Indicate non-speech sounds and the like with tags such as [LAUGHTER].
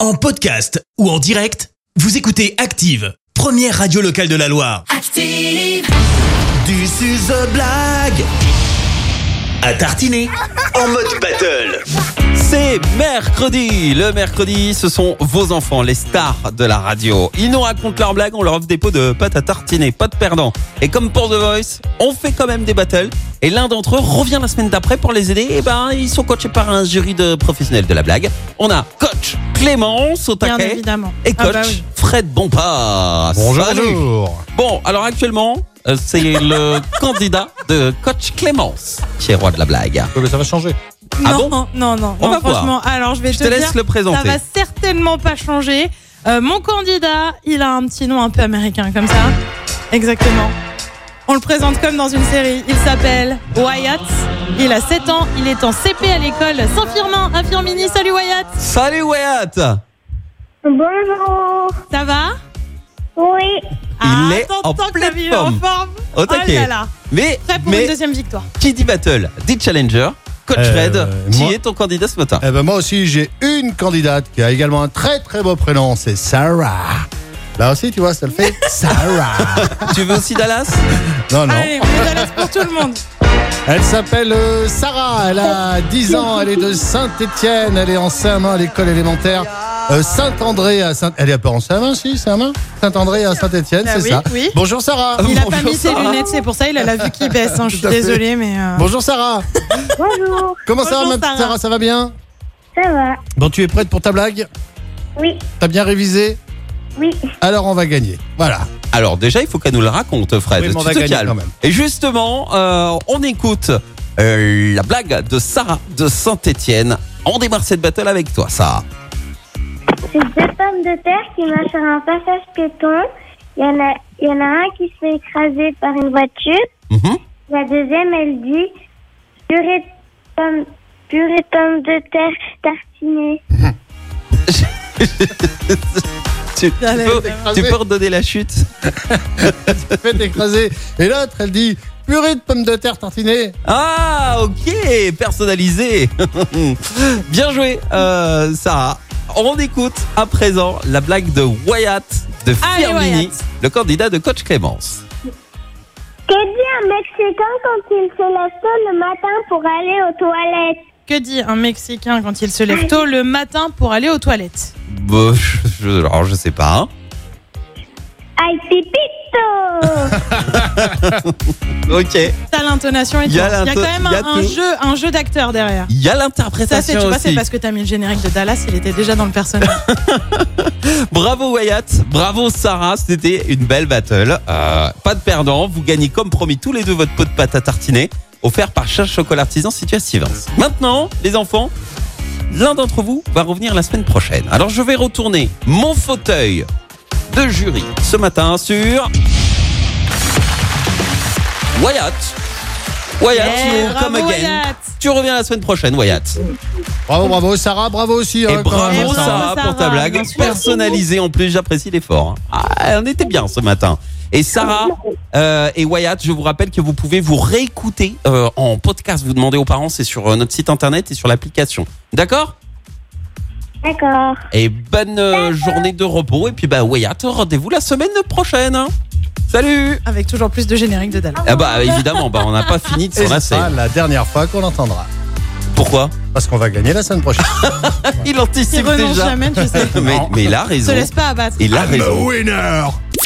En podcast ou en direct, vous écoutez Active, première radio locale de la Loire. Active, Du suze blague à tartiner en mode battle. C'est mercredi Le mercredi, ce sont vos enfants, les stars de la radio. Ils nous racontent leurs blagues, on leur offre des pots de pâte à tartiner, pas de perdant. Et comme pour The Voice, on fait quand même des battles. Et l'un d'entre eux revient la semaine d'après pour les aider. Et ben, ils sont coachés par un jury de professionnels de la blague. On a coach Clémence au Bien taquet évidemment. et coach Ah bah oui. Fred Bompas. Salut. Bon, alors actuellement, euh, c'est [LAUGHS] le candidat de coach Clémence qui est roi de la blague. Oui, mais ça va changer. Ah non, bon non, non, On non, va voir. franchement, alors je vais Je te, te dire, laisse le ça présenter. va certainement pas changer. Euh, mon candidat, il a un petit nom un peu américain comme ça. Exactement. On le présente comme dans une série. Il s'appelle Wyatt. Il a 7 ans. Il est en CP à l'école Saint-Firmin à Firmini. Salut Wyatt. Salut Wyatt Bonjour. Ça va Ah, Oui. Il est t'entends en que la pleine vie forme. en forme. Au Oh taquet. là là. Mais, Prêt pour mais une deuxième victoire. qui dit battle dit challenger. Coach Euh, Red, qui moi- est ton candidat ce matin Eh ben moi aussi, j'ai une candidate qui a également un très très beau prénom, c'est Sarah. Là aussi, tu vois, ça [LAUGHS] le fait Sarah. Tu veux aussi Dallas Non, non. Allez, on est à l'aise pour tout le [LAUGHS] monde. Elle s'appelle euh, Sarah, elle a 10 ans, elle est de Saint-Étienne, elle est en CM1 à l'école élémentaire. euh, Saint-André à Saint... Elle est pas en CM1, si, CM1 Saint-André à Saint-Étienne, Bah c'est oui, ça. oui. Ah Bonjour Sarah. Il a pas Bonjour, mis ses Sarah. lunettes, c'est pour ça il a la vue qui baisse. [LAUGHS] hein, Je suis Tout à fait. désolée, mais. euh, Bonjour Sarah. [LAUGHS] Bonjour. Comment ça va, Bonjour, ma petite Sarah. Sarah Ça va bien Ça va Bon, tu es prête pour ta blague Oui. T'as bien révisé Oui. Alors on va gagner. Voilà. Alors déjà, il faut qu'elle nous le raconte, Fred. Oui, mais on tu va te gagner calmes. quand même. Et justement, euh, on écoute euh, la blague de Sarah de Saint-Étienne. On démarre cette battle avec toi, Sarah. C'est deux pommes de terre qui marchent sur un passage piéton. Il y, en a, il y en a un qui se fait écraser par une voiture. Mhm. La deuxième, elle dit purée de pommes, purée de pommes de terre tartinée. Tu, tu Allez, peux, vraiment. tu peux redonner la chute fait écraser. Et l'autre, elle dit purée de pommes de terre tartinée. Ah, ok, personnalisé. [LAUGHS] Bien joué, euh, Sarah. On écoute à présent la blague de Wyatt de Allez, Firmini, Wyatt. le candidat de coach Clémence. Que dit un Mexicain quand il se lève tôt le matin pour aller aux toilettes Que dit un Mexicain quand il se lève tôt le matin pour aller aux toilettes Bon, je, je- alors je sais pas. hein. Ay pipito Ok. T'as l'intonation et Il tout. y Il y a a quand l'into- même il y a un, un tout. jeu, un jeu d'acteur derrière. Il y a Ça, c'est, l'interprétation tu vois, c'est aussi. parce que t'as mis le générique de Dallas, il était déjà dans le [LAUGHS] personnage. Bravo Wyatt, bravo Sarah, c'était une belle battle. Euh, pas de perdant, vous gagnez comme promis tous les deux votre pot de pâte à tartiner, offert par Charles Chocolat Artisan situé à Sivens. Maintenant, les enfants, l'un d'entre vous va revenir la semaine prochaine. Alors je vais retourner mon fauteuil de jury ce matin sur Wyatt. Wyatt, Eh, you come bravo, again. Wyatt. Tu reviens la semaine prochaine, Wyatt. Bravo, bravo, Sarah, bravo aussi. Et hein, quand même, bravo bravo, Sarah pour ta Sarah, blague bien sûr. personnalisée en plus, j'apprécie l'effort. Ah, on était bien ce matin. Et Sarah euh, et Wyatt, je vous rappelle que vous pouvez vous réécouter euh, en podcast. Vous demandez aux parents, c'est sur euh, notre site internet et sur l'application. D'accord [LAUGHS] D'accord. Et bonne euh, journée de repos. Et puis bah Wyatt, rendez-vous la semaine prochaine. hein. Salut Avec toujours plus de générique de Dallas. Ah bah évidemment, bah, on n'a pas fini de Et s'en c'est lasser. pas la dernière fois qu'on l'entendra. Pourquoi Parce qu'on va gagner la semaine prochaine. Il Il anticipe renonce déjà. jamais, tu sais. [LAUGHS] Mais, mais il a Se raison. laisse pas abattre. Il Ah, bah a raison. winner